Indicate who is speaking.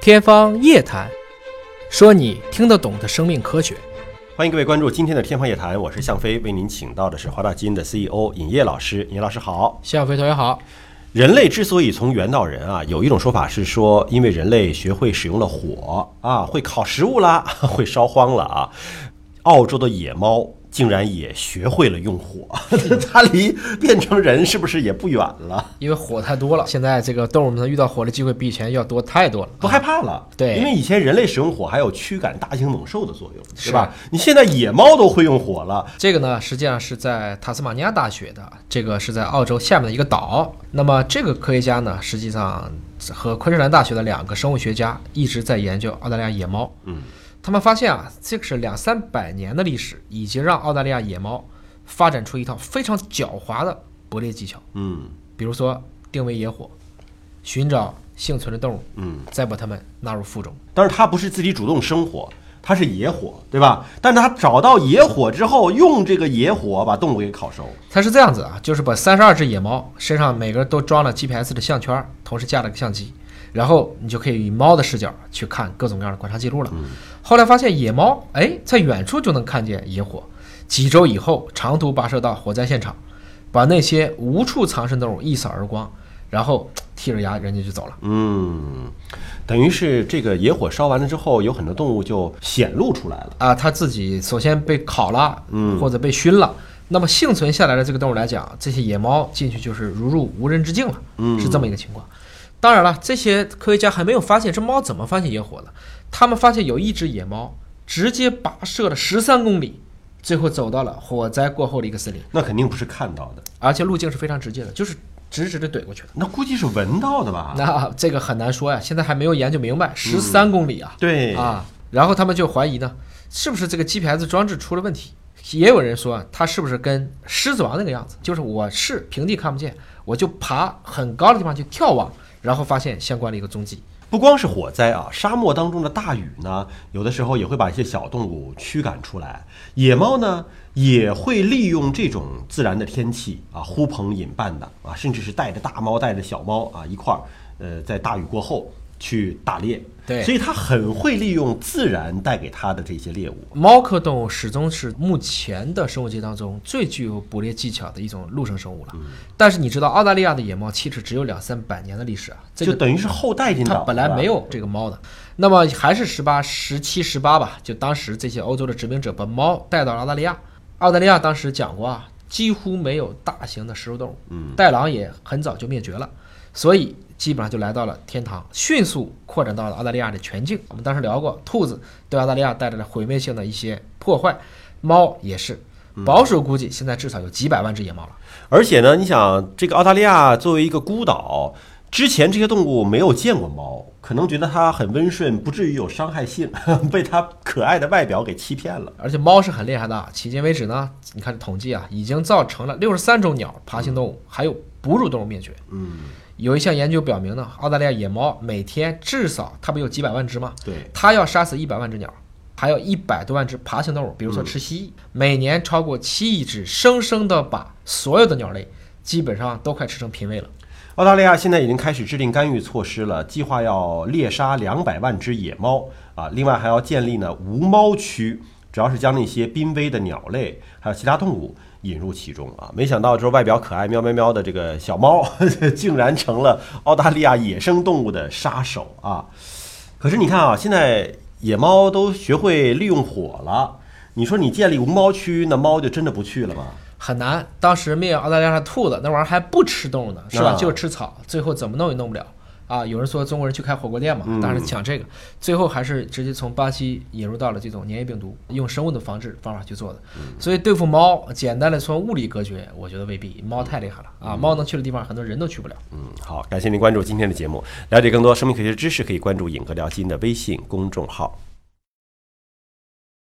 Speaker 1: 天方夜谭，说你听得懂的生命科学。
Speaker 2: 欢迎各位关注今天的《天方夜谭》，我是向飞，为您请到的是华大基因的 CEO 尹烨老师。尹烨老师好。
Speaker 1: 向飞同学好，
Speaker 2: 人类之所以从猿到人啊，有一种说法是说，因为人类学会使用了火啊，会烤食物啦， 会烧荒了啊。澳洲的野猫竟然也学会了用火， 它离变成人是不是也不远了？
Speaker 1: 因为火太多了，现在这个动物们遇到火的机会比以前要多太多了。
Speaker 2: 不害怕了，
Speaker 1: 对
Speaker 2: 因为以前人类使用火还有驱赶大型猛兽的作用，对吧？你现在野猫都会用火了，
Speaker 1: 这个呢，实际上是在塔斯马尼亚大学的，这个是在澳洲下面的一个岛。那么这个科学家呢，实际上和昆士兰大学的两个生物学家一直在研究澳大利亚野猫。
Speaker 2: 嗯，
Speaker 1: 他们发现啊，这个是两三百年的历史，已经让澳大利亚野猫发展出一套非常狡猾的捕猎技巧，
Speaker 2: 嗯
Speaker 1: 比如说定位野火，寻找幸存的动物，
Speaker 2: 嗯。
Speaker 1: 再把它们纳入腹中。
Speaker 2: 但是它不是自己主动生火，它是野火，对吧？但它找到野火之后，用这个野火把动物给烤熟。
Speaker 1: 它是这样子啊，就是把三十二只野猫身上每个都装了 GPS 的项圈儿，同时架了个相机，然后你就可以以猫的视角去看各种各样的观察记录了。后来发现野猫，哎，在远处就能看见野火。几周以后，长途跋涉到火灾现场，把那些无处藏身动物一扫而光，然后嘖剔着牙人家就走了。
Speaker 2: 嗯，等于是这个野火烧完了之后，有很多动物就显露出来了。
Speaker 1: 啊，它自己首先被烤了，嗯，或者被熏了。那么幸存下来的这个动物来讲，这些野猫进去就是如入无人之境了，嗯，是这么一个情况。当然了，这些科学家还没有发现这猫怎么发现野火的，他们发现有一只野猫直接跋涉了十三公里，最后走到了火灾过后的一个森林，
Speaker 2: 那肯定不是看到的，
Speaker 1: 而且路径是非常直接的，就是直直的怼过去的。
Speaker 2: 那估计是闻到的吧？
Speaker 1: 那这个很难说呀，现在还没有研究明白，十三公里啊，
Speaker 2: 对，
Speaker 1: 啊，然后他们就怀疑呢，是不是这个 GPS 装置出了问题？也有人说啊，它是不是跟《狮子王》那个样子，就是我是平地看不见，我就爬很高的地方去眺望，然后发现相关的一个踪迹。
Speaker 2: 不光是火灾啊，沙漠当中的大雨呢，有的时候也会把一些小动物驱赶出来。野猫呢，也会利用这种自然的天气啊，呼朋引伴的啊，甚至是带着大猫、带着小猫啊一块儿，呃，在大雨过后去打猎。
Speaker 1: 对
Speaker 2: 所以它很会利用自然带给它的这些猎物。
Speaker 1: 猫科动物始终是目前的生物界当中最具有捕猎技巧的一种陆生生物了。但是你知道，澳大利亚的野猫其实只有两三百年的历史啊，这个
Speaker 2: 就等于是后代进
Speaker 1: 它
Speaker 2: 到，
Speaker 1: 本来
Speaker 2: 对吧
Speaker 1: 没有这个猫的。那么还是十八、十七、十八吧，就当时这些欧洲的殖民者把猫带到了澳大利亚。澳大利亚当时讲过啊，几乎没有大型的食肉动物，
Speaker 2: 嗯，
Speaker 1: 袋狼也很早就灭绝了，所以基本上就来到了天堂，迅速扩展到了澳大利亚的全境。我们当时聊过，兔子对澳大利亚带来了毁灭性的一些破坏，猫也是。
Speaker 2: 嗯
Speaker 1: 保守估计，现在至少有几百万只野猫了。
Speaker 2: 而且呢，你想这个澳大利亚作为一个孤岛，之前这些动物没有见过猫，可能觉得它很温顺，不至于有伤害性， 被它可爱的外表给欺骗了。
Speaker 1: 而且猫是很厉害的啊，迄今为止呢，你看统计啊，已经造成了六十三种鸟、爬行动物，还有哺乳动物灭绝。
Speaker 2: 嗯，
Speaker 1: 有一项研究表明呢，澳大利亚野猫每天至少它不有几百万只吗？
Speaker 2: 对，
Speaker 1: 它要杀死一百万只鸟，还有一百多万只爬行动物，比如说吃蜥蜴，每年超过七亿只，生生的把所有的鸟类基本上都快吃成濒危了。
Speaker 2: 澳大利亚现在已经开始制定干预措施了，计划要猎杀两百万只野猫啊，另外还要建立呢无猫区，主要是将那些濒危的鸟类还有其他动物引入其中啊。没想到就是外表可爱喵喵喵的这个小猫， 竟然成了澳大利亚野生动物的杀手啊！可是你看啊，现在野猫都学会利用火了，你说你建立无猫区，那猫就真的不去了吗？
Speaker 1: 很难。当时灭澳大利亚的兔子，那玩意儿还不吃动物呢，是吧？
Speaker 2: 啊
Speaker 1: 就是吃草，最后怎么弄也弄不了啊！有人说中国人去开火锅店嘛，当然抢这个，最后还是直接从巴西引入到了这种粘液病毒，用生物的防治方法去做的。所以对付猫，简单的说物理隔绝，我觉得未必，猫太厉害了啊！猫能去的地方，很多人都去不了。
Speaker 2: 嗯，好，感谢您关注今天的节目。了解更多生命科学知识，可以关注“影和聊基因”的微信公众号。